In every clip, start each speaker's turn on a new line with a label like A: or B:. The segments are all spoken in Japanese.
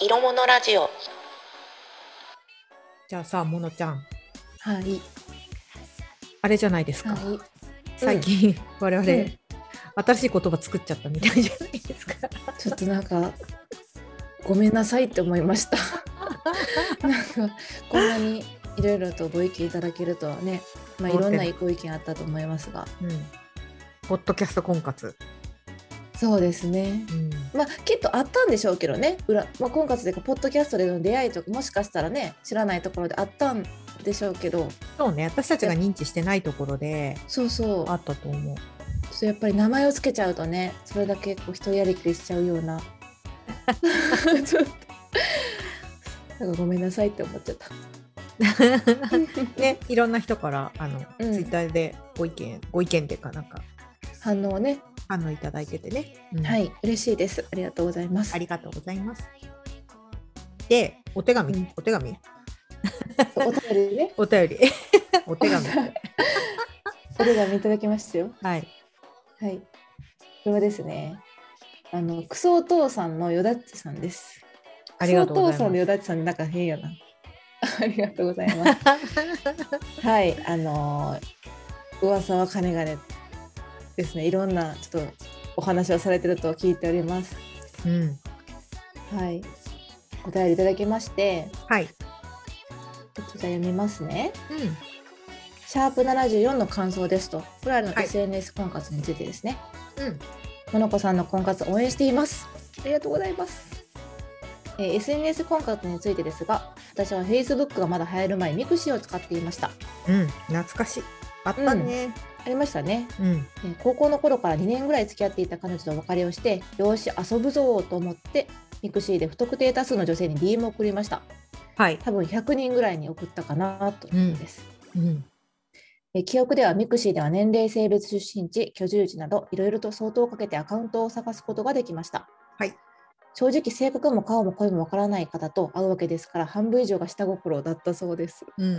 A: 色物ラジオ
B: じゃあさ、モノちゃん、
C: はい。
B: あれじゃないですか。
C: はい。
B: 最近、 我々、
C: うん
B: 新しい言葉作っちゃったみたいじゃないですか。
C: ちょっとなんか。ごめんなさいって思いま した。なんか。こんなに。いろいろとご意見いただけるとはね。まあ、いろんなご意見あったと思いますが。
B: うん。ポッドキャスト婚活。
C: そうですね。
B: うん。
C: まあ、きっとあったんでしょうけどね。裏、まあ、婚活というか、ポッドキャストでの出会いとか、もしかしたらね、知らないところであったんでしょうけど。
B: そうね、私たちが認知してないところで、
C: そうそう。
B: あったと 思う。
C: ちょっとやっぱり名前をつけちゃうとねそれだけこう一人歩きでしちゃうよう なちょっとなんかごめんなさいって思っちゃ った
B: ね、いろんな人から、あの、
C: うん
B: ツイッターでご意見、ご意見っていうか、なんか、
C: 反応ね
B: 反応いただいててね。うん
C: はい嬉しいですありがとうございます
B: ありがとうございます。で、お手紙、
C: うん
B: お手紙、
C: お便 りね
B: お便り、お手紙。
C: お手紙いただきましたよ
B: はい。
C: はいこれはですねあのクソお父さんのよだっちさんです
B: ありがとうご
C: クソお父さ
B: ざ
C: んの
B: い
C: よだっちさんなんか変やなありがとうございます
B: ます。
C: はい、あのー噂は金がねですね。いろんなちょっとお話をされてると聞いております。
B: うん。
C: はい、お便りいただきまして、
B: はい。
C: ちょっとじゃあ読みますね。
B: うん。
C: シャープ74の感想ですと、プライの
B: はい
C: SNS 婚活についてですね。
B: うん、
C: モノコさんの婚活応援しています。ありがとうございます。えー SNS 婚活についてですが、私は Facebook がまだ流行る前、ミクシーを使っていました。
B: うん、懐かしい。あったね。
C: ありましたね。
B: うん、
C: えー高校の頃から2年ぐらい付き合っていた彼女とお別れをしてよーし遊ぶぞーと思ってミクシーで不特定多数の女性に DM を送りました
B: はい。
C: 多分100人ぐらいに送ったかなと思うんです、
B: うん、
C: えー記憶ではミクシーでは年齢性別出身地居住地などいろいろと相当をかけてアカウントを探すことができました
B: はい
C: 正直性格も顔も声もわからない方と会うわけですから半分以上が下心だったそうです
B: うん、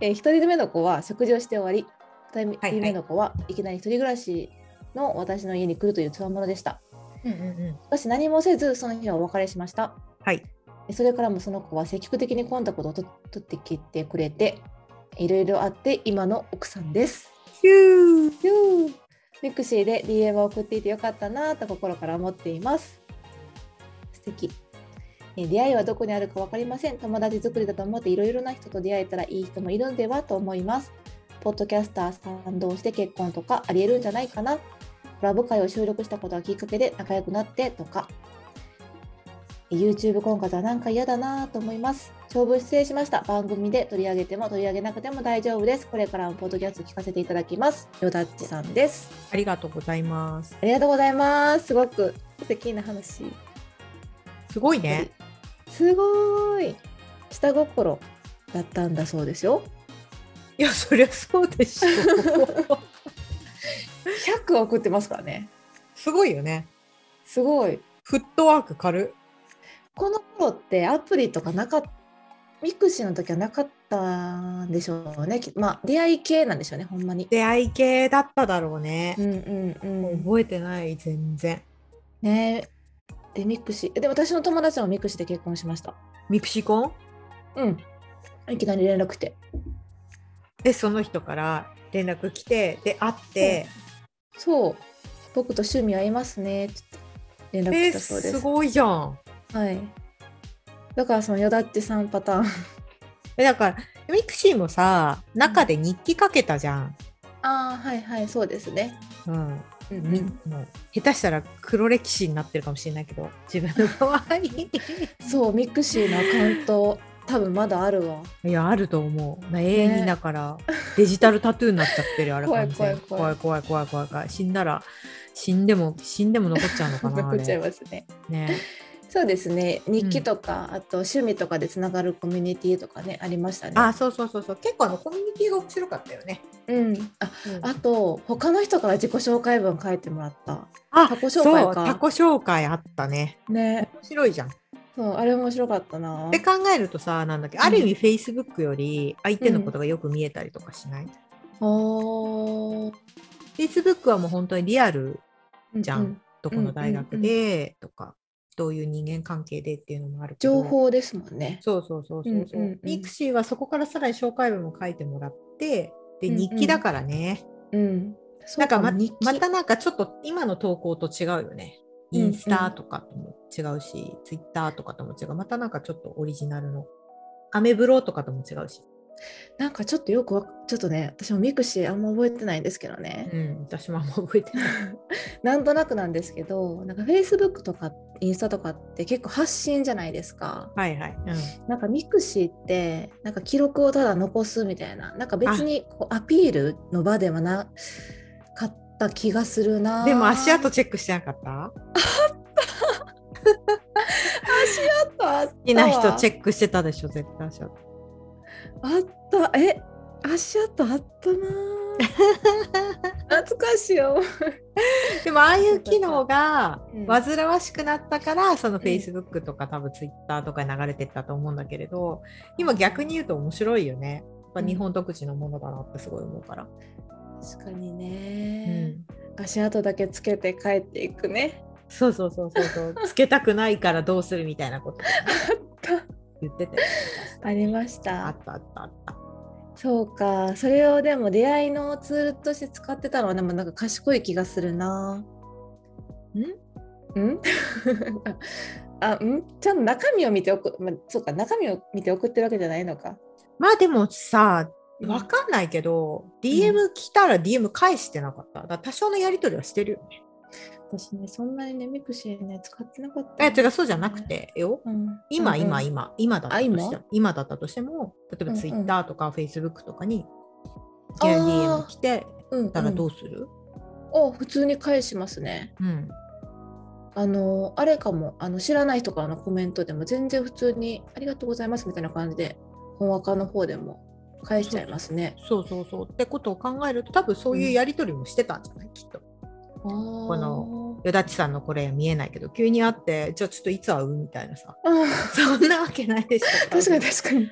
C: えー、1人目の子は食事をして終わり2
B: はい
C: 人目の子はいきなり一人暮らしの私の家に来るというつわものでした
B: うん、うん、
C: しかし何もせずその日はお別れしました
B: はい。
C: えそれからもその子は積極的にコンタクトをと取ってきてくれていろいろあって今の奥さんです
B: ヒュー。
C: ひゅーミクシーで DM を送っていてよかったなぁと心から思っています素敵え出会いはどこにあるか分かりません友達作りだと思っていろいろな人と出会えたらいい人もいるんではと思いますポッドキャスターさん同士で結婚とかありえるんじゃないかなコラボ会を収録したことがきっかけで仲良くなってとかえ YouTube 婚活はなんか嫌だなぁと思います長文失礼しました番組で取り上げても取り上げなくても大丈夫ですこれからもポッドキャスト聞かせていただきますよだっちさんです
B: ありがとうございます。
C: ありがとうございますすごく素敵な話
B: すごいね。
C: すごーい下心だったんだそうですよ
B: いや、そりゃそうでし ょ。
C: 100送ってますからね
B: すごいよね。
C: すごい
B: フットワーク軽
C: この頃ってアプリとかなかっミクシーの時はなかったんでしょうねきまあ出会い系なんでしょうねほんまに
B: い。出会い系だっただろうね
C: う。んうん
B: も
C: う
B: うん覚えてない、全然。
C: ねでミクシーで私の友達もミクシーで結婚しました
B: ミクシコン。
C: うんいきなり連絡来て
B: で、その人から連絡来て、で、会って。
C: そう僕と趣味合いますねって言って連
B: え
C: 絡来
B: ー、
C: たそうです
B: すごいじゃん。
C: はいだからそのよだっちさんパターン
B: え、だから、ミクシーもさ、中で日記かけたじゃん。
C: ああはいはいそうですね
B: うん。
C: うん
B: みもう下手したら黒歴史になってるかもしれないけど自分の場合 い
C: そうミクシーのアカウント多分まだあるわ
B: やあると思うな永遠にだから、デジタルタトゥーになっちゃってるよあれ
C: 怖い
B: 完全に
C: 怖い
B: 怖い怖い怖い怖い死んだら死んでも死んでも残っちゃうのかなあ
C: 残っちゃい
B: れ
C: ますね
B: ね
C: そうですね日記とか、あと趣味とかでつながるコミュニティとかねありましたね
B: あそうそうそうそう結構あのコミュニティが面白かったよね、
C: うんあ
B: あ
C: あと他の人から自己紹介文書いてもらった
B: あ
C: タコ紹介か
B: そうタコ紹介あったね
C: ね
B: 面白いじゃん
C: そうあれ面白かったな
B: って考えるとさなんだっけ、
C: うん
B: ある意味フェイスブックより相手のことがよく見えたりとかしない、フ
C: おー
B: ェイスブックはもう本当にリアル
C: うん
B: じゃん
C: うん
B: どこの大学でとか、どういう人間関係でっていうのもあるけど
C: 情報ですもんね。
B: そうそうそうそうそう,、
C: うんうんうん
B: ミクシーはそこからさらに紹介文も書いてもらってで
C: うんうん
B: 日記だからね、
C: うん。
B: なんかま
C: そうも
B: またなんかちょっと今の投稿と違うよね
C: うん
B: インスタとかとも違うし、ツイッターとかとも違うまたなんかちょっとオリジナルのアメブロとかとも違うし、
C: なんかちょっとよくわちょっとね、私もミクシーあんま覚えてないんですけどね。
B: うん、私もあんま覚えてない
C: なんとなくなんですけど、なんか Facebook とかインスタとかって結構発信じゃないですか。
B: はいはい、うん、
C: なんかミクシーってなんか記録をただ残すみたいななんか別にこうアピールの場ではなかった気がするな
B: でも足跡チェックしてなかった
C: 好
B: 好きな人チ
C: ェッ
B: ェックしてたでしょ絶対足跡
C: クあったえ足 跡あったな懐かしいよ、
B: でもああいう機能が
C: うん
B: 煩わしくなったからその
C: ん
B: Facebook とか多分 Twitter とかに流れてったと思うんだけれど今逆に言うと面白いよねやっぱ日本独自のものだなってすごい思うから、
C: 確かに
B: う
C: ね、
B: ん
C: 足跡だけつけて帰っていくね
B: そうそうそうそうそうつけたくないからどうするみたいなこと言ってて
C: ありまし
B: あ
C: た
B: ったあったあった
C: そうかそれをでも出会いのツールとして使ってたのはでもなんか賢い気がするなん あんちゃんと中身を見ておく、まあ、そうか中身を見て送ってるわけじゃないのか
B: まあでもさわかんないけど、DM 来たら DM 返してなかっただから多少のやり取りはしてるよね
C: 私ねそんなにねミクシーね使ってなかった
B: え違うそうじゃなく、てよ
C: うん、
B: 今、
C: うんうん
B: 今今今だったとしても
C: あ今
B: 今だったとしても例えば
C: うんうん
B: ツイッターとかフェイスブックとかに
C: あー
B: DM 来て
C: うん
B: たらど
C: う
B: うする、
C: んあ普通に返しますね
B: うん
C: あのあれかもあの知らない人からのコメントでも全然普通に「ありがとうございます」みたいな感じで本若の方でも返しちゃいますね
B: そうそうそうってことを考えると多分そういうやり取りもしてたんじゃない、きっと。
C: こ
B: のよだちさんのこれ見えないけど急に会ってじゃあちょっといつ会うみたいなさ
C: あ
B: そんなわけないでしょ
C: ー確かに確かに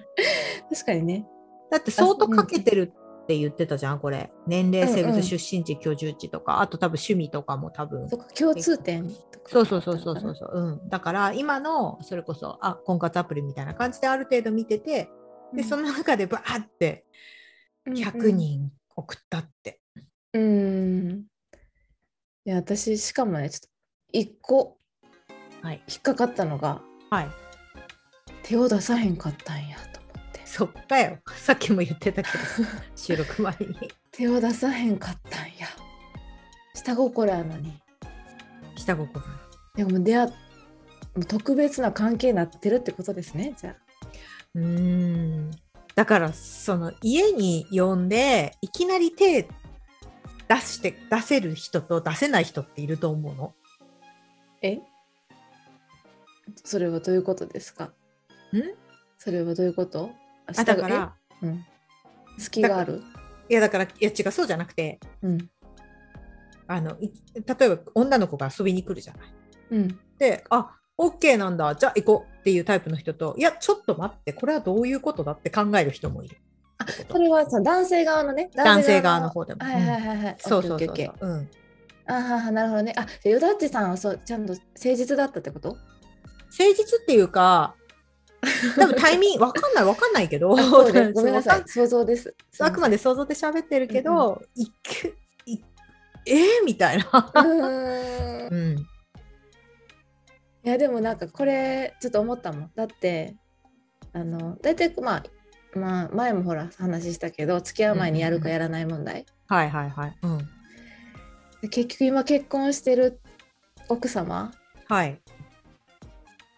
C: 確かにね
B: だって相当かけてるって言ってたじゃんこれ年齢性
C: うんう
B: 別
C: ん
B: 出身地居住地とかあと多分趣味とかも多分
C: そっか共通点とか
B: そうそうそうそうそうそう、うん、だから今のそれこそあ婚活アプリみたいな感じである程度見ててでその中でバーって
C: うん
B: 100人送ったって、
C: うーん。いや、私、しかもね、ちょっと、一個、
B: はい
C: 引っかかったのが、
B: はい
C: 手を出さへんかったんやと思って。
B: そっかよ さっきも言ってたけ ど収録前 に
C: 手を出さへんかったんや。下心やのに。
B: 下心
C: でも、出会っもう特別な関係になってるってことですね、じゃ
B: うーんだからその家に呼んでいきなり手出して出せる人と出せない人っていると思うの
C: あ。えそれはどういうことですかんそれはどういうことあ
B: あだか、ら
C: 下がえうん。隙がある。
B: いやだからいや違うそうじゃなくて
C: うん。
B: あのい例えば女の子が遊びに来るじゃない
C: うん。
B: で、あ、OK なんだ、じゃあ行こうっていうタイプの人と、いや、ちょっと待って、これはどういうことだって考える人もいる。
C: あそれはその男性側のね、
B: 男性側の方でも。
C: はいはい
B: うん
C: はいはい。
B: そう
C: オ
B: そう
C: ッ
B: そ
C: ケ
B: う
C: ーオッケ
B: そ
C: ーオッケ
B: う。うん
C: ーあははなるほどね。あ、じゃあヨダッチさんはそうちゃんと誠実だったってこと？
B: 誠実っていうか、多分タイ ミング、わかんないわかんないけど、
C: あそうねごめんなさ
B: そうわ
C: い。想像です。
B: かんあくまで想像で喋ってるけど、いく、いえー、 みたいな。
C: うーん。
B: うん。
C: いやでもなんかこれちょっと思ったもん。だってあの大体まあまあ前もほら話したけど付き合う前にやるかやらない問題。
B: はいはいはい。うん。
C: で結局今結婚してる奥様
B: はい。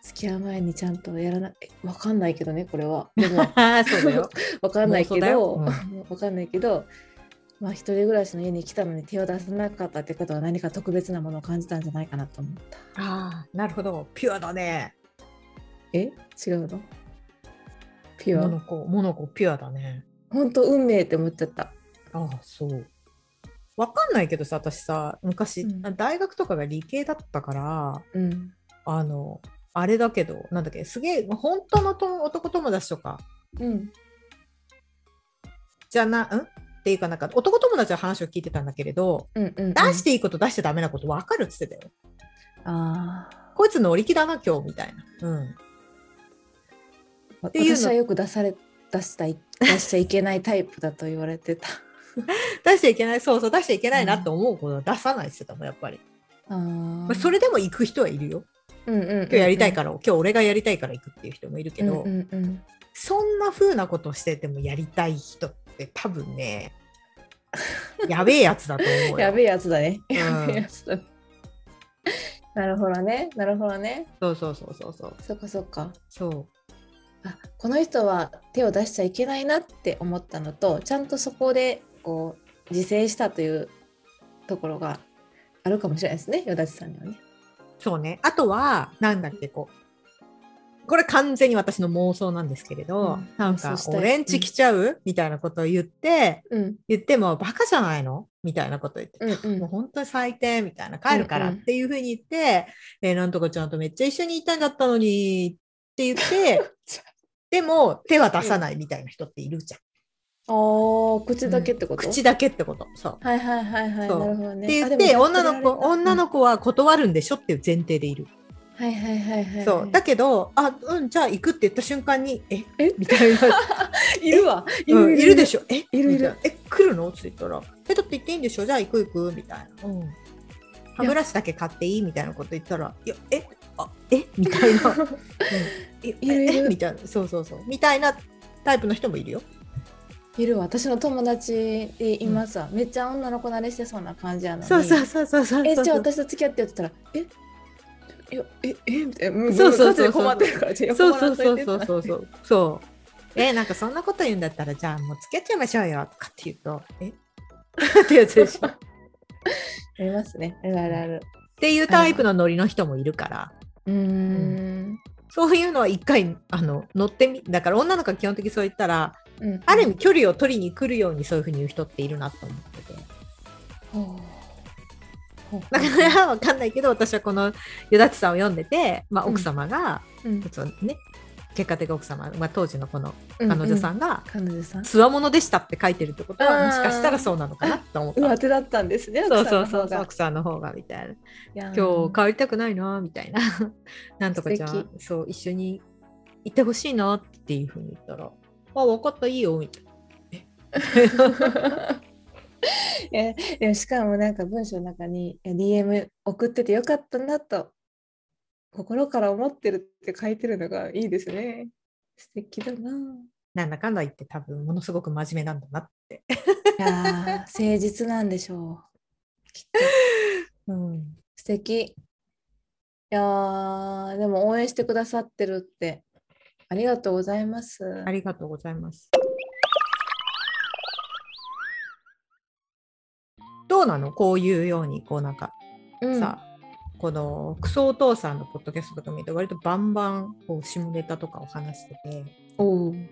C: 付き合う前にちゃんとやらないえわかんないけどねこれは。でも
B: ああ、そうだよ。
C: わかんない
B: 妄
C: け
B: 想だ
C: ど、
B: よ
C: わかんないけど、まあ一人暮らしの家に来たのに手を出さなかったってことは何か特別なものを感じたんじゃないかなと思った。
B: ああ、なるほど。ピュアだね。
C: え違うのピ
B: モ
C: ュ
B: ノ
C: ア。
B: コ、モノコピュアだね。
C: 本当運命って思っちゃった。
B: ああそう。わかんないけどさ私さ昔、
C: うん
B: 大学とかが理系だったから
C: うん。
B: あのあれだけどなんだっけすげえ本当のと男友達とか
C: うん。
B: じゃなうんっていうかなんか男友達の話を聞いてたんだけれど
C: うんうん、うん。
B: 出していいこと出しちゃダメなこと分かるっつってたよ。
C: ああ。
B: こいつ乗り気だな今日みたいな、うん、ていうの
C: 私はよく出され出したい出しちゃいけないタイプだと言われてた。
B: 出しちゃいけないそうそう出しちゃいけないなって思うことは出さないって言ってたもんやっぱり、
C: あ
B: まあ、それでも行く人はいるよ
C: 今
B: 今日やりたいから、今日俺がやりたいから行くっていう人もいるけど、
C: うんうんうん、
B: そんな風なことしててもやりたい人って多分 ねやべえやつだと思うよ
C: やべえやつだね。
B: うん
C: やべ えやつだねなるほどね。なるほどね。
B: そうそうそうそうそう
C: そっかそっか。
B: そう
C: あこの人は手を出しちゃいけないなって思ったのとちゃんとそこでこう自制したというところがあるかもしれないですねよだちさんにはね。
B: そうね。あとは、なんだっけ、こう。これ完全に私の妄想なんですけれど、
C: うん
B: なん
C: 妄
B: か
C: 想し、たい
B: 俺んち来ちゃう、みたいなことを言って、
C: うん
B: 言っても、バカじゃないのみたいなこと言って、
C: うんうん
B: もう本当に最低、みたいな、帰るから
C: う
B: っ
C: んうん
B: ていうふうに言って、えーなんとかちゃんとめっちゃ一緒にいたんだったのに、って言 って、でも手は出さないみたいな人っているじゃん。
C: おー口だけってこと、
B: 口だけってこと。そう。
C: はいはいはいはい。
B: そう
C: なるほどね。
B: って言
C: あ
B: っ
C: で
B: て、
C: もや
B: 女
C: ら
B: の
C: れ
B: 子、
C: た
B: 女の子は断るんでしょっていう前提でいる。
C: うんはいはいはいはいはい。
B: そう。だけど、あ、うん、じゃあ行くって言った瞬間に、え
C: え
B: みたいな。
C: いるわ。
B: うんいるで
C: ょ。
B: しょ。え
C: いるいる
B: みたなえ、来るのって言ったら、え、だって言っていいんでしょじゃあ行く行くみたいな。うん。歯ブラシだけ買っていいみたいなこと言ったら、いや、え、あ、 えみたいな。うんえ
C: いるいる
B: えみたいな。そうそうそう。みたいなタイプの人もいるよ。
C: いるわ。私の友達でいますわ。めっちゃ女の子慣れしてそうな感じやのに。
B: そうそうそうそうそうそう。
C: えじゃあ私と付き合ってよって言ったらえいやええみたいな
B: そうそうそうそう
C: ガチで困ってるからじゃあ
B: そうそうそう
C: 横
B: そう
C: 並
B: そうそう。そう。え、なんかそんなこと言うんだったら、じゃあもう付き合っちゃいましょうよとかって言うと、え ってやつでしょ。っ
C: べてありますねあるあるある
B: ていうタイプのノリの人もいるから。
C: うーん
B: そういうのは一回あの乗ってみだから女の子は基本的にそう言ったら
C: うん
B: ある意味距離を取りに来るようにそういうふうに言う人っているなと思ってて
C: ほうほう
B: だから分かんないけど私はこのよだちさんを読んでて、まあ、
C: うん
B: 奥様が、
C: うん
B: そうね、結果的奥様、まあ、当時のこの彼女さ
C: うん
B: が
C: うん彼女さん
B: つわものでしたって書いてるってこと
C: あ
B: は
C: ー
B: もしかしたらそうなのかなと思った。
C: 上手だったんですね
B: そう
C: 奥さん
B: そ
C: の
B: うそうそ
C: 方
B: う
C: が
B: 奥さんの方がみたいな
C: 今
B: 今日帰りたくないなみた いななんとかちゃ
C: 素
B: んそう一緒にいてほしいなっていうふうに言ったら「あ分かったいいよ」みたいな。
C: えでもしかもなんか文章の中にいや DM 送っててよかったなと心から思ってるって書いてるのがいいですね素敵だなぁ
B: なんだかんだ言って多分ものすごく真面目なんだなって。
C: いやー誠実なんでしょう。
B: うん、
C: 素敵いやーでも応援してくださってるってありがとうございます。
B: ありがとうございます。どうなのこういうようにこうなんか、
C: うん、
B: さこのクソお父さんのポッドキャストとか見ると割とバンバンこう下ネタとかを話してて
C: おー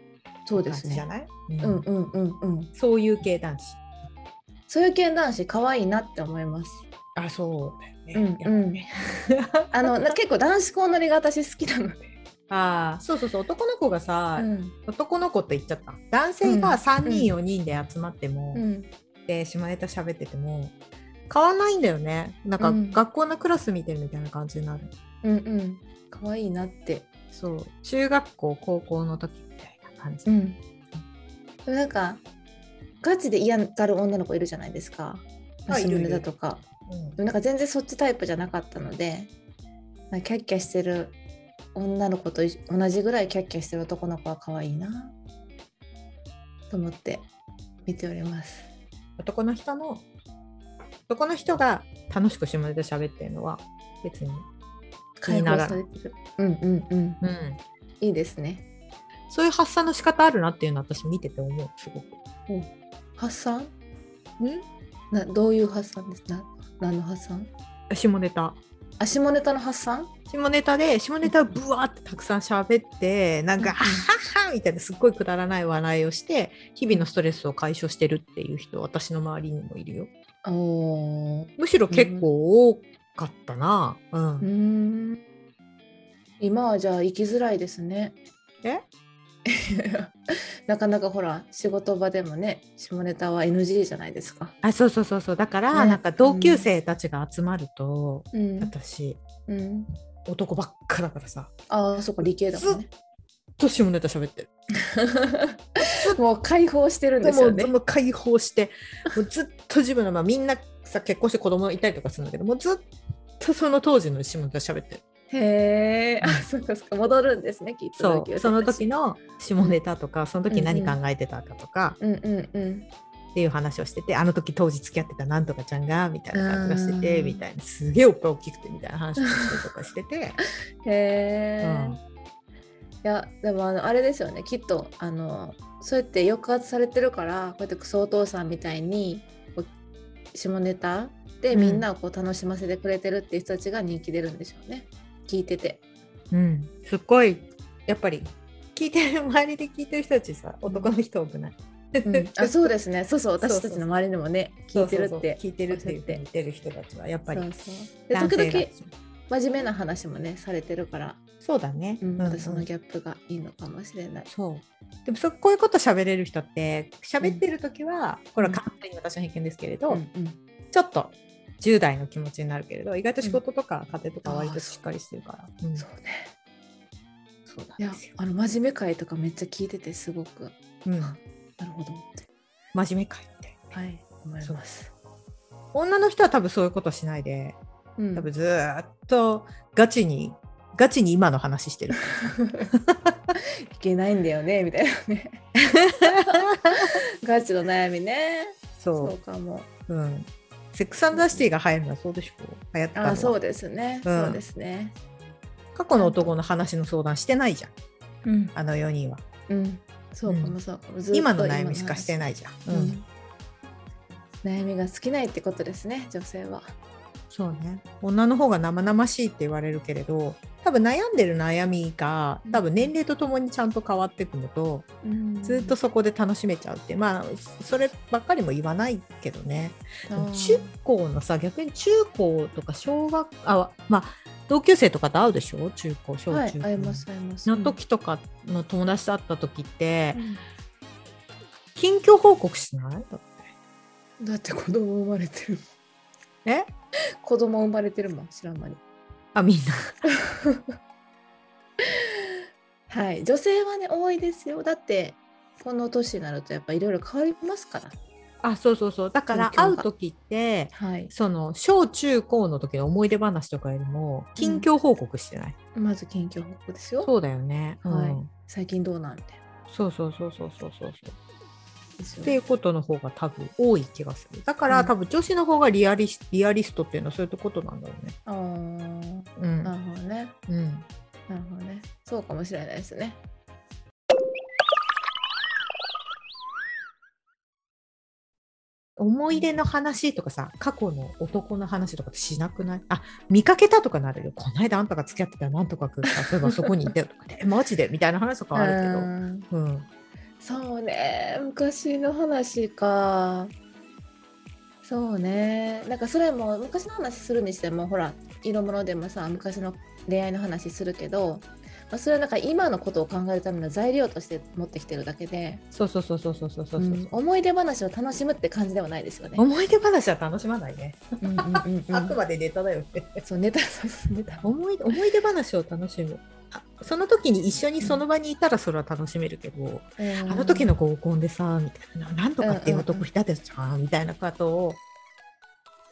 C: そうです
B: 感じじゃ
C: ね。
B: ない、
C: うんうんうんうん。
B: そういう系男子。
C: そういう系男子可愛いなって思います。
B: あ、そうだよね。
C: うんうん
B: やっ
C: あのな結構男子校乗りが私好きなので。
B: ぱあー、そうそうそう、男の子がさ、
C: うん
B: 男の子って言っちゃった。男性が3人、
C: う
B: 4人で集まっても、
C: うん
B: で、下ネタ喋ってても、変わんないんだよね。なんか、
C: うん
B: 学校のクラス見てるみたいな感じになる。
C: うんうん可愛いなって。
B: そう、中学校、高校の時みたいな感じ。
C: うん。でもなんかガチで嫌がる女の子いるじゃないですか。
B: あいるいる
C: だとか。でもなんか全然そっちタイプじゃなかったのでなんかキャッキャしてる女の子と一緒同じぐらいキャッキャしてる男の子は可愛いなと思って見ております。
B: 男の人の、男の人が楽しく下ネタ喋ってるのは、別に。気に
C: 解
B: な
C: 放
B: らん
C: されてる。うんうんうん。
B: うん。
C: いいですね。
B: そういう発散の仕方あるなっていうのは私見てて思う、すごく。
C: 発散
B: うん
C: などういう発散ですな何の発散
B: 下ネタ
C: あ下ネタの発散
B: 下ネタで下ネタをぶわーってたくさん喋ってなんか「
C: う
B: あ
C: ん
B: はっは」みたいなすっごいくだらない笑いをして日々のストレスを解消してるっていう人私の周りにもいるよ
C: おー
B: むしろ結構多かったなうん、
C: うーん今はじゃあ生きづらいですね。
B: え
C: なかなかほら仕事場でもね下ネタは NG じゃないですか。
B: あそうそうそうそうだから、
C: ね
B: なんか同級生たちが集まると、
C: うん
B: 私
C: うん
B: 男ばっかだからさ
C: ああ、そっか、理系だもんね。
B: 年もネタ喋ってる
C: もう解放してるんですよね
B: もう。もう解放してもうずっと自分の、まあ、みんなさ結婚して子供いたりとかするんだけどもうずっとその当時の下ネタ喋ってる
C: へえ、あ、そっかそっか、戻るんですね、きっと同
B: そ
C: 級生
B: う
C: たち。
B: その時の下ネタとかその時何考えてたかとか
C: うんうんうん。
B: っていう話をしてて、あの時当時付き合ってたなんとかちゃんがみたいな感じがして
C: う
B: て
C: ん
B: みたいなすげえおっぱい大きくてみたいな話をしたりとかしてて、う
C: へ え、
B: ん
C: い、や、でもあの、あれですよね、きっと、あの、そうやって抑圧されてるから、こうやってクソお父さんみたいに、こう下ネタで
B: うん
C: みんなをこう楽しませてくれてるっていう人たちが人気出るんでしょうね。聞いて て。
B: うん、すっごいやっぱり聞いてる周りで聞いてる人たちさ男の人多くない、
C: うん、あ、そうですね。そうそう、私たちの周りでもね、聞いてる
B: そうそう
C: って
B: そう。聞いてるって
C: おっしゃって
B: 言ってる人たちはやっぱり
C: そうそう。で、
B: 男
C: 時
B: 性が
C: 々真面目な話もね、されてるから。
B: そうだね、
C: うん、
B: うん
C: ま
B: う
C: た
B: ん
C: そのギャップがいいのかもしれない。
B: そうでもそうこういうこと喋れる人って喋ってる時は、これは完全に私の偏見ですけれど、
C: うんうん
B: ちょっと10代の気持ちになるけれど意外と仕事とか家庭とかは割としっかりしてるから、うん
C: そうね。
B: そうなん
C: いや
B: ですよ、
C: あの真面目会とかめっちゃ聞いててすごく
B: うん、
C: なるほどって。
B: 真面目かいって
C: はい、思います。
B: 女の人は多分そういうことしないで
C: うん
B: 多分ずーっとガチにガチに今の話してる
C: いけないんだよねみたいな ね。ガチの悩みね。
B: そう
C: そうかも。
B: うん、セックスアンダーシティが流行るのはそうでしょ流行ったの
C: あ、
B: は
C: そうですね。
B: うん
C: そうですね。
B: 過去の男の話の相談してないじゃん
C: うん、
B: あの4人は
C: うん、そうか
B: う
C: も
B: ん
C: そうかも。ずっと
B: 今の悩みしかしてないじゃん、
C: 今
B: う
C: の
B: ん
C: 話。うん悩みが尽きないってことですね、女性は。
B: そうね女の方が生々しいって言われるけれど多分悩んでる悩みが多分年齢とともにちゃんと変わっていくのとずっとそこで楽しめちゃうってまあそればっかりも言わないけどね
C: あー
B: 中高のさ逆に中高とか小学あまあ同級生とかと会うでしょ中高小中高、
C: はい、会えます会えます。
B: の時とかの友達と会った時って
C: う、ん
B: 近況報告しない
C: うんだって子供生まれてる。
B: え
C: 子供生まれてるもん、知らん間に。
B: あみんな
C: はい、女性はね、多いですよ。だって、この年になると、やっぱいろいろ変わりますから。
B: あそうそうそうだから
C: 近況
B: 会
C: が
B: う時って
C: はい。
B: その小中高の時の思い出話とかよりも近況報告してない、
C: まず近況報告ですよ。
B: そうだよね、うん
C: はい最近どうなんて。
B: そうそうそうそうそうそうそう
C: ですよ
B: っていうことの方が多分多い気がするだから、
C: うん
B: 多分女子の方がリアリスリアリストっていうのはそういうことなんだろうね
C: あー
B: うん
C: なるほどね。
B: うん
C: なるほどね。そうかもしれないですね。
B: 思い出の話とかさ過去の男の話とかってしなくないあ見かけたとかなるよこの間あんたが付き合ってたなんとか君がそういえばそこにいた よとかでえマジでみたいな話とかはある
C: る
B: けど、うん、
C: そうね。昔の話か。そうね。なんかそれも昔の話するにしても、ほら、色物でもさ、昔の恋愛の話するけど、まあ、それはなんか今のことを考えるための材料として持ってきてるだけで、
B: そうそうそうそうそうそうそう、
C: うん思い出話を楽しむって感じではないですよね。
B: 思い出話は楽しまないね、
C: うんうん うんうん
B: あくまでネタだよね
C: そうネタ そうそうネタ
B: 思い思い出話を楽しむあその時に一緒にその場にいたらそれは楽しめるけど、あの時の合コンでさみたいななんとかっていう男いたでしょみたいなことを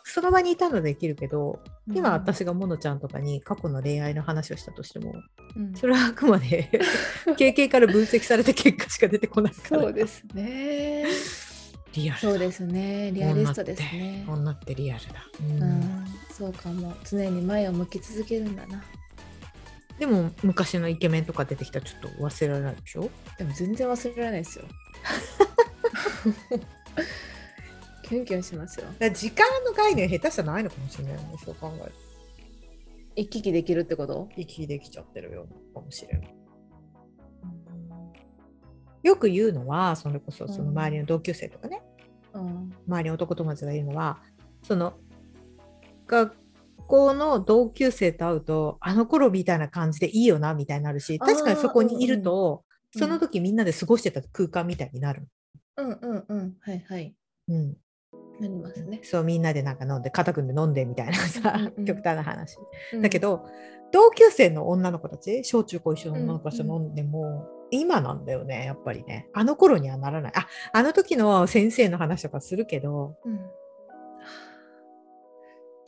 B: その場にいたのでできるけど今、私がモノちゃんとかに過去の恋愛の話をしたとしても
C: うん、うん
B: それはあくまで 経験から分析された結果しか出てこないから
C: そうですね。
B: リアルだ
C: そうですね。リアリストですね。
B: 女ってリアルだ、うん
C: うん、そうかも。常に前を向き続けるんだな。
B: でも昔のイケメンとか出てきたらちょっと忘れられないでしょ
C: でも全然忘れられないですよ。 キュンキュンしますよ。
B: だから時間の概念下手じゃないのかもしれないねそう考える
C: 行き来できるってこと？
B: と息できちゃってるようなかもしれないよく言うのはそれこそその周りの同級生とかね、
C: うん。
B: 周りの男友達がいるのはその学校の同級生と会うとあの頃みたいな感じでいいよなみたいになるし
C: あー
B: 確かにそこにいると、
C: うん
B: その時みんなで過ごしてた空間みたいになる。
C: うんうんうん。はいはい。
B: うん
C: なりますね。
B: そうみんなでなんか飲んで肩組んで飲んでみたいなさ、
C: うんうん
B: 極端な話、
C: うん
B: だけ、ど同級生の女の子たち小中高一緒の
C: うん
B: 女の子たちと飲んでも、今なんだよねやっぱりねあの頃にはならないああの時の先生の話とかするけど、
C: うん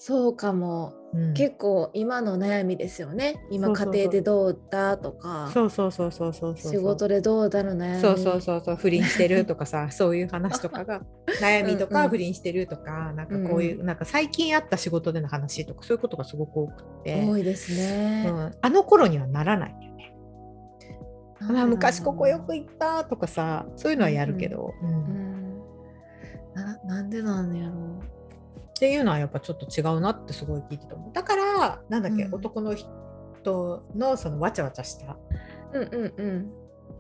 C: そうかも。
B: うん
C: 結構今の悩みですよね。今
B: そうそう
C: 家
B: そう
C: 庭でどうだとか、
B: そうそうそうそうそうそう
C: 仕事でどうだの悩み。
B: そうそうそうそう不倫してるとか さそういう話とかが悩みと
C: うんう
B: か
C: ん
B: 不倫してるとかなんかこういう、なんか最近あった仕事での話とかそういうことがすごく多くて、
C: 多いですね。
B: うん、あの頃にはならないよね。
C: なんだろ
B: あ
C: う
B: 昔ここよく行ったとかさそういうのはやるけど、うん
C: うんななんでなんやろ
B: っていうのはやっぱちょっと違うなってすごい聞いてたもんだからなんだっけ、
C: うん
B: 男の人のそのわちゃわちゃした
C: う。うんうんうん。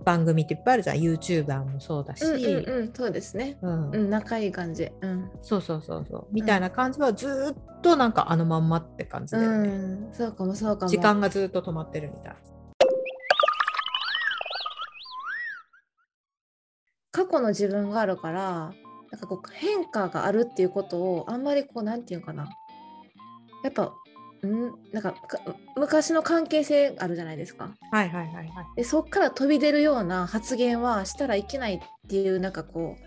B: 番組っていっぱいあるじゃん YouTuber もそうだし、
C: うんうんうん、そうですね。
B: うん
C: うん、仲いい感じ。うん。
B: そうそうそうそうみたいな感じはずーっとなんかあのまんまって感じ
C: う
B: だよね。
C: ん、そうかもそうかも。
B: 時間がずっと止まってるみたい。
C: 過去の自分があるから、なんかこう変化があるっていうことをあんまりこうなんていうかな。やっぱ、うん、なんかか昔の関係性あるじゃないですか。
B: はいはいはいはい。
C: でそっから飛び出るような発言はしたらいけないっていうなんかこう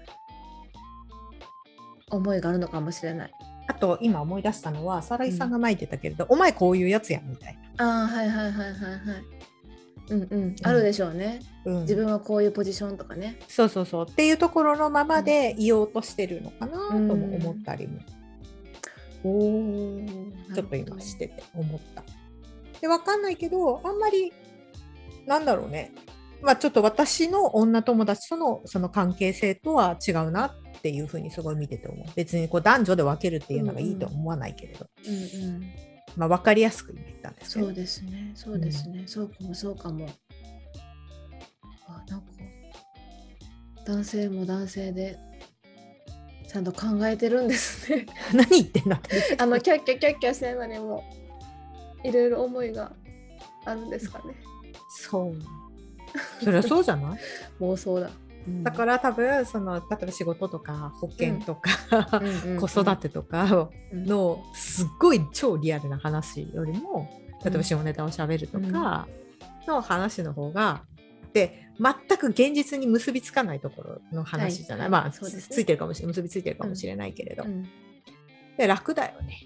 C: 思いがあるのかもしれない。
B: あと今思い出したのは、サライさんが巻いてたけれど、お前こういうやつやんみたいな。
C: ああはいはいはいはいはい。うんうん、あるでしょうね。
B: うん、
C: 自分はこういうポジションとかね。
B: そうそうそうっていうところのままでいようとしてるのかなとも思ったりも、
C: おお。
B: ちょっと今してて思った。でわかんないけどあんまりなんだろうねまあちょっと私の女友達とのその関係性とは違うなっていうふうにすごい見てて思う別にこう男女で分けるっていうのがいいとは思わないけれど、
C: うんうん。
B: まあ分かりやすく言ったんですけ
C: そ
B: ど
C: うですね。そうですね。そうかもそうかも。あなんか男性も男性でちゃんと考えてるんですね。
B: 何言ってんだ
C: あのキャッキャキャッキャしてるのにもいろいろ思いがあるんですかね。
B: そう。そりゃそうじゃない
C: 妄想だ。、
B: だからら多分その例えば仕事とか保険とか、
C: うんうんうん
B: 子育てとか
C: うん
B: のすっごい超リアルな話よりも例えば下ネタをしゃべるとかの話の方がで全く現実に結びつかないところの話じゃない、
C: はい
B: まあ、
C: そうですね
B: ついてるかもしれ結びついてるかもしれないけれど、
C: うん、
B: で楽だよね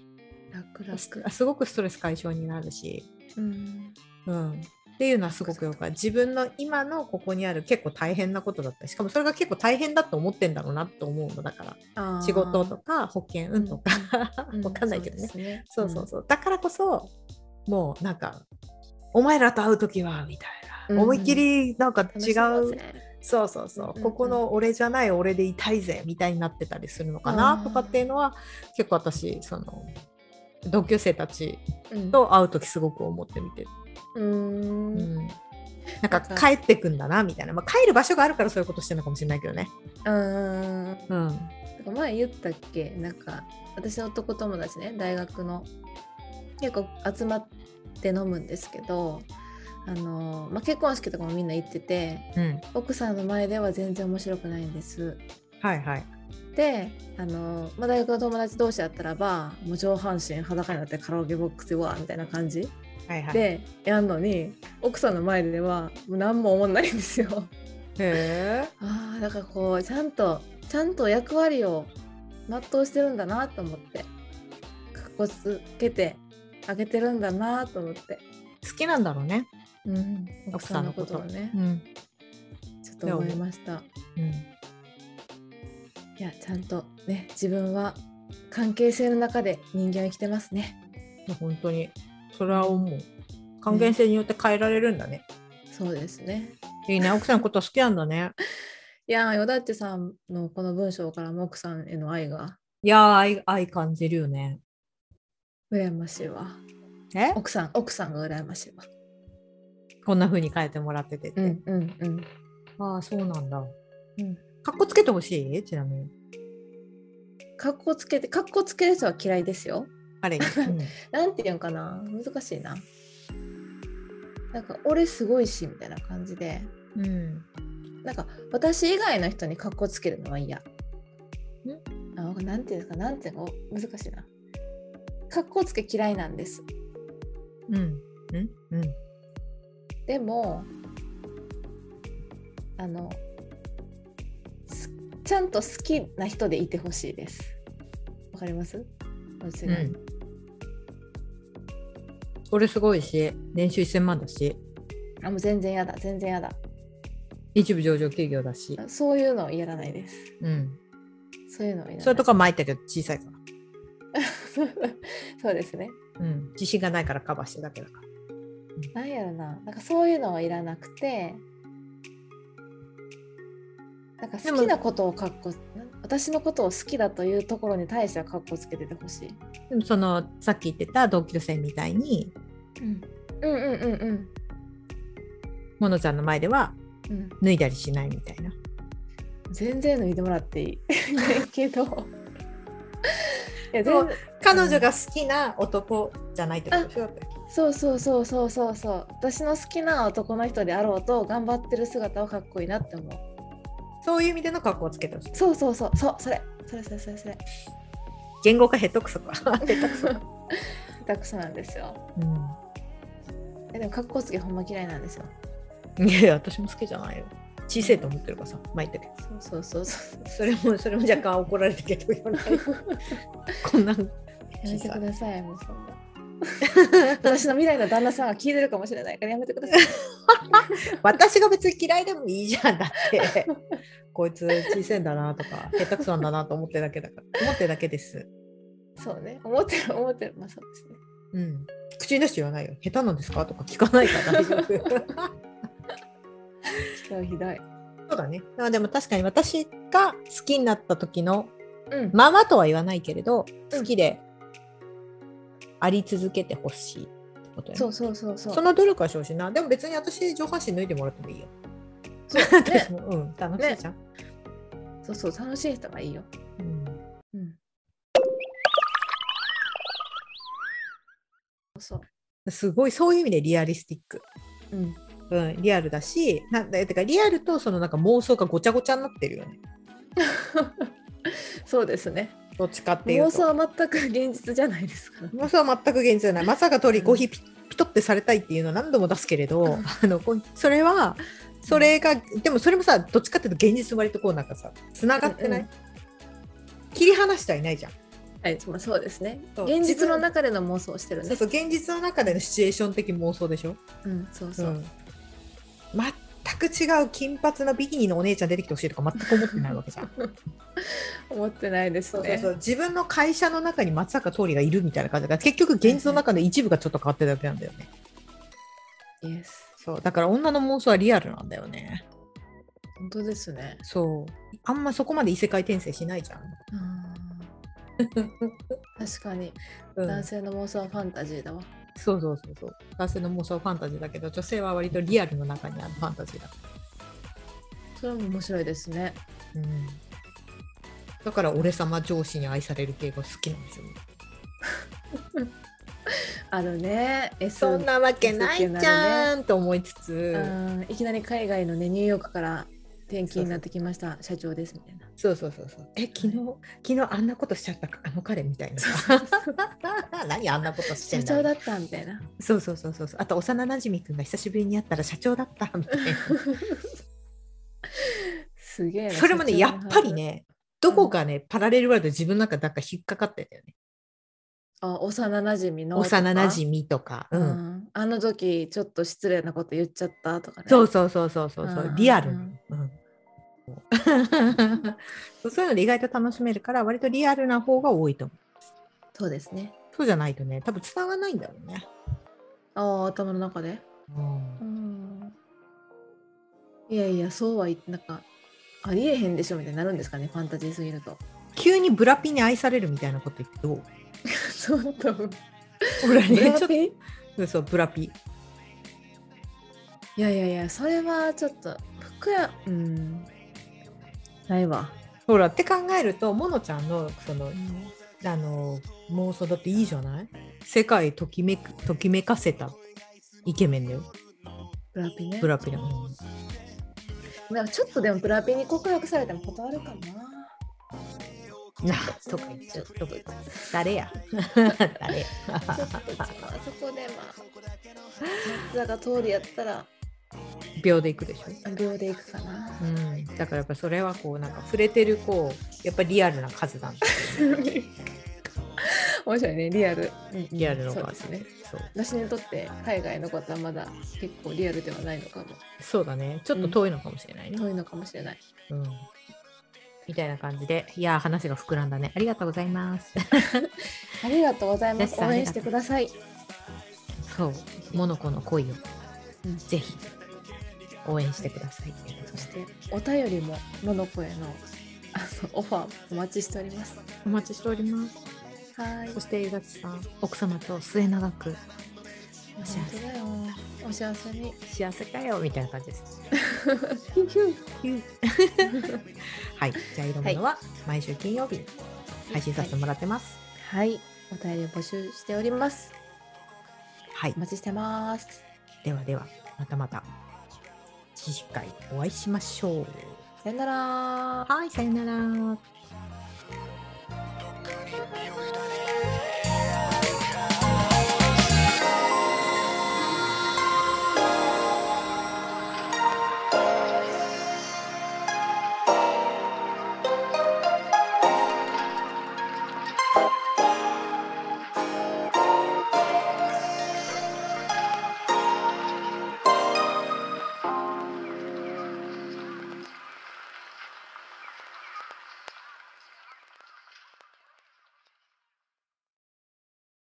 C: 楽楽。
B: すごくストレス解消になるし
C: うん
B: うん、っていうのはすごくよくある自分の今のここにある結構大変なことだったりしかもそれが結構大変だと思ってんだろうなと思うのだから仕事と、か保険運とか、
C: あ ー
B: わかんないけどね、
C: うで
B: そうそうそうだからこそもうなんかお前らと会う時はみたいな、
C: うんうん
B: 思いっきりなんか
C: す
B: 違
C: ね楽し
B: う
C: みだぜ
B: そうそうそう、
C: うんうん
B: ここの俺じゃない俺でいたいぜみたいになってたりするのか
C: あ
B: な
C: ー
B: とかっていうのは結構私その同級生たち
C: うん
B: と会う時すごく思って見てる
C: うーん
B: うんなんか
C: なんか
B: 帰ってくんだなみたいな、まあ、帰る場所があるからそういうことしてるのかもしれないけどね。
C: うーん
B: うん、
C: なんか前言ったっけなんか私の男友達ね大学の結構集まって飲むんですけどあの、まあ、結婚式とかもみんな行ってて
B: うん、
C: 奥さんの前では全然面白くないんです
B: はいはい。
C: であの、まあ、大学の友達同士だったらばもう上半身裸になってカラオケボックスでわーみたいな感じ
B: はいはい、へ
C: でやんのに奥さんの前ではもう何も思んないんですよ。
B: え。
C: あーだからこうちゃんとちゃんと役割を全うしてるんだなと思ってかっこつけてあげてるんだなと思って、
B: 好きなんだろうね。
C: うん、
B: 奥さんのこと
C: 奥さんをね
B: うん。
C: ちょっと思いました
B: うん、
C: いやちゃんとね自分は関係性の中で人間は生きてますね
B: 本当に。それは思う。還元性によって変えられるんだね。
C: そうですね
B: いいね。奥さんのこと好きなんだね。
C: いやーよだってさんのこの文章からも奥さんへの愛が
B: いやー愛、愛感じるよね。
C: 羨ましいわ
B: え
C: 奥さん奥さんが羨ましいわ
B: こんな風に変えてもらっててって。
C: うんうんうん
B: ああ、そうなんだ。
C: うん
B: かっこつけてほしいちなみに。
C: かっこつけてかっこつける人は嫌いですよ
B: 彼に。
C: なんていうんかな難しいな。なんか俺すごいしみたいな感じで
B: うん。うん
C: なんか私以外の人にかっこつけるのは嫌。あのなんていうんですかなんていうの難しいな格好つけ嫌いなんです
B: うんうんうん
C: でもあのすちゃんと好きな人でいてほしいですわかりますどちら
B: う
C: に
B: ん俺すごいし年収1000万だし
C: あもう全然やだ全然やだ
B: 一部上場企業だし、
C: そういうのやらないです
B: うん、
C: そういうのやらない
B: それとか巻いたけど小さいか
C: そうですね
B: ら、うん、自信がないからカバーしてるだけだから
C: なんやろななんかそういうのはいらなくてなんか好きなことをかっこなん私のことを好きだというところに対してはかっこつけててほしい、
B: でもそのさっき言ってた同級生みたいに
C: うん、うんうんうんうん
B: モノちゃんの前では
C: うん
B: 脱いだりしないみたいな
C: 全然脱いでもらってい い けどいや全
B: そう
C: 然
B: 彼女が好きな男じゃないってことでしょだって
C: そうそうそうそうそうそう私の好きな男の人であろうと頑張ってる姿はかっこいいなって思う
B: そういう意味での格好をつけてほしい
C: そうそうそうそうそれそれそれそれそれ
B: 言語化ヘッドクソかヘッドク ソ、
C: 下手くそなんですよえでも格好つけほんま嫌いなんですよ
B: うん、いやいや私も好きじゃないよ小さいと思ってるからさ巻いたけど
C: そうそうそうそう
B: それもそれも若干怒られたけど言わないこんなん
C: やめてくださいもうそんな私の未来の旦那さんが聞いてるかもしれないからやめてください
B: 私が別に嫌いでもいいじゃんだってこいつ小さいんだなとか下手くそなんだなと思ってるだけだから思ってるだけです
C: そうね思ってる思ってるまあそうですね
B: うん口に出して言わないよ下手なんですかとか聞かないから大丈 夫そ
C: ひどいひどいう
B: だねあでも確かに私が好きになった時の
C: うん
B: まあまあとは言わないけれど
C: うん
B: 好きであり続けてほしいってことよね
C: そうそうそうそう
B: その努力はしてほしいなでも別に私上半身脱いでもらってもいいよ
C: そう,、
B: 私
C: ね、
B: もうん楽しいじゃん、
C: そうそう楽しい人がいいよ
B: うん
C: うんそう
B: すごいそういう意味でリアリスティック、
C: そううん
B: うん、リアルだしなんだてかリアルとそのなんか妄想がごちゃごちゃになってるよね
C: そうですね
B: どっちかっていうと
C: 妄想は全く現実じゃないですから
B: 妄想は全く現実じゃないまさか通
C: う
B: り
C: ん
B: コーヒーピピトってされたいっていうのは何度も出すけれど、
C: うん
B: あのこうそれはそれが、でもそれもさどっちかっていうと現実と割とこうなんかさつながってない、
C: うん
B: 切り離してはいないじゃん、
C: はいまあそうですね
B: そう
C: 現実の中での妄想をしてるね
B: そうそう現実の中でのシチュエーション的妄想でしょ
C: うんそうそう、
B: ん全く違う金髪のビキニのお姉ちゃん出てきてほしいとか全く思ってないわけ じゃん
C: 思ってないです
B: そう
C: ね
B: そうそう自分の会社の中に松坂桃李がいるみたいな感じだから結局現実の中の一部がちょっと変わってるだけなんだよね、
C: イエス
B: そうだから女の妄想はリアルなんだよね
C: 本当ですね
B: そうあんまそこまで異世界転生しないじゃん、
C: うん 確かに、男性の妄想はファンタジーだわ
B: そうそうそうそう男性の妄想はファンタジーだけど女性は割とリアルの中にあるファンタジーだ、
C: それも面白いですね
B: うん、だから俺様上司に愛される系が好きなんですよ
C: あるね S
B: そんなわけないじゃんと思いつつ、
C: うんいきなり海外のねニューヨークから転勤になってきました社長ですみたいな
B: そうそうそうそう。え、昨日、昨日あんなことしちゃったかあの彼みたいな。 何あんなことして
C: 社
B: んだ
C: 長だったみたいな
B: そうそうそうそうそう。あと、幼なじみくんが久しぶりに会ったら社長だったみたいな。
C: すげえな
B: それもね、
C: 社
B: や
C: 長の
B: っぱりね、どこかね、パラレルワールド自分の中なんか引っかかってたよね。
C: あ幼馴染みの
B: 幼なじ
C: み、
B: みとか。
C: う
B: うんん。
C: あの時ちょっと失礼なこと言っちゃったとかね、
B: そうそうそうそうそうそううんリアル
C: う
B: な。
C: ん
B: うんそう そういうので意外と楽しめるから割とリアルな方が多いと思う
C: そうですね
B: そうじゃないとね多分伝わらないんだろうね、
C: ああ頭の中で
B: うん
C: うんいやいやそうは言ってなんかありえへんでしょみたいになるんですかねファンタジーすぎると
B: 急にブラピに愛されるみたいなこと言ってどう
C: そうと思う
B: 俺ね
C: ブラ
B: ちょっと
C: ピ
B: うんそうブラピ
C: いやいやいやそれはちょっと服やうんないわ、
B: ほらって考えるとモノちゃんのそのあの妄想だっていいじゃない世界ときめくときめかせたイケメンだよ
C: ブラピね
B: ブラピだ
C: なんかちょっとでもブラピに告白されても断るかな
B: とか言っちゃうとか言っちゃう誰や 誰や
C: ちょっとまあそこでまあ松坂通りやったら
B: 秒でいくでしょ
C: 秒でいくかな
B: うん、だからやっぱそれはこうなんか触れてるこうやっぱリアルな数なんだ
C: 面白いねリアル、うん
B: リアルの
C: そうで
B: 数
C: すね
B: そう
C: 私にとって海外のことはまだ結構リアルではないのかも
B: そうだねちょっと遠いのかもしれないね、
C: 遠いのかもしれない
B: うんみたいな感じでいやー話が膨らんだねありがとうございます
C: ありがとうございます
B: ジェスさん
C: 応援してください
B: そうモノコの恋を
C: うん
B: ぜひ応援してください
C: そしてお便りもモノコへのあのオファーお待ちしております
B: お待ちしております
C: はい
B: そして江口さん奥様と末永く
C: お幸せだよお幸せに
B: 幸せかよみたいな感じです はいじゃあ色物は毎週金曜日 配信させてもらってます
C: はいお便りを募集しております
B: はい
C: お待ちしてます
B: ではではまたまた次回お会いしましょう
C: さよなら
B: はいさよなら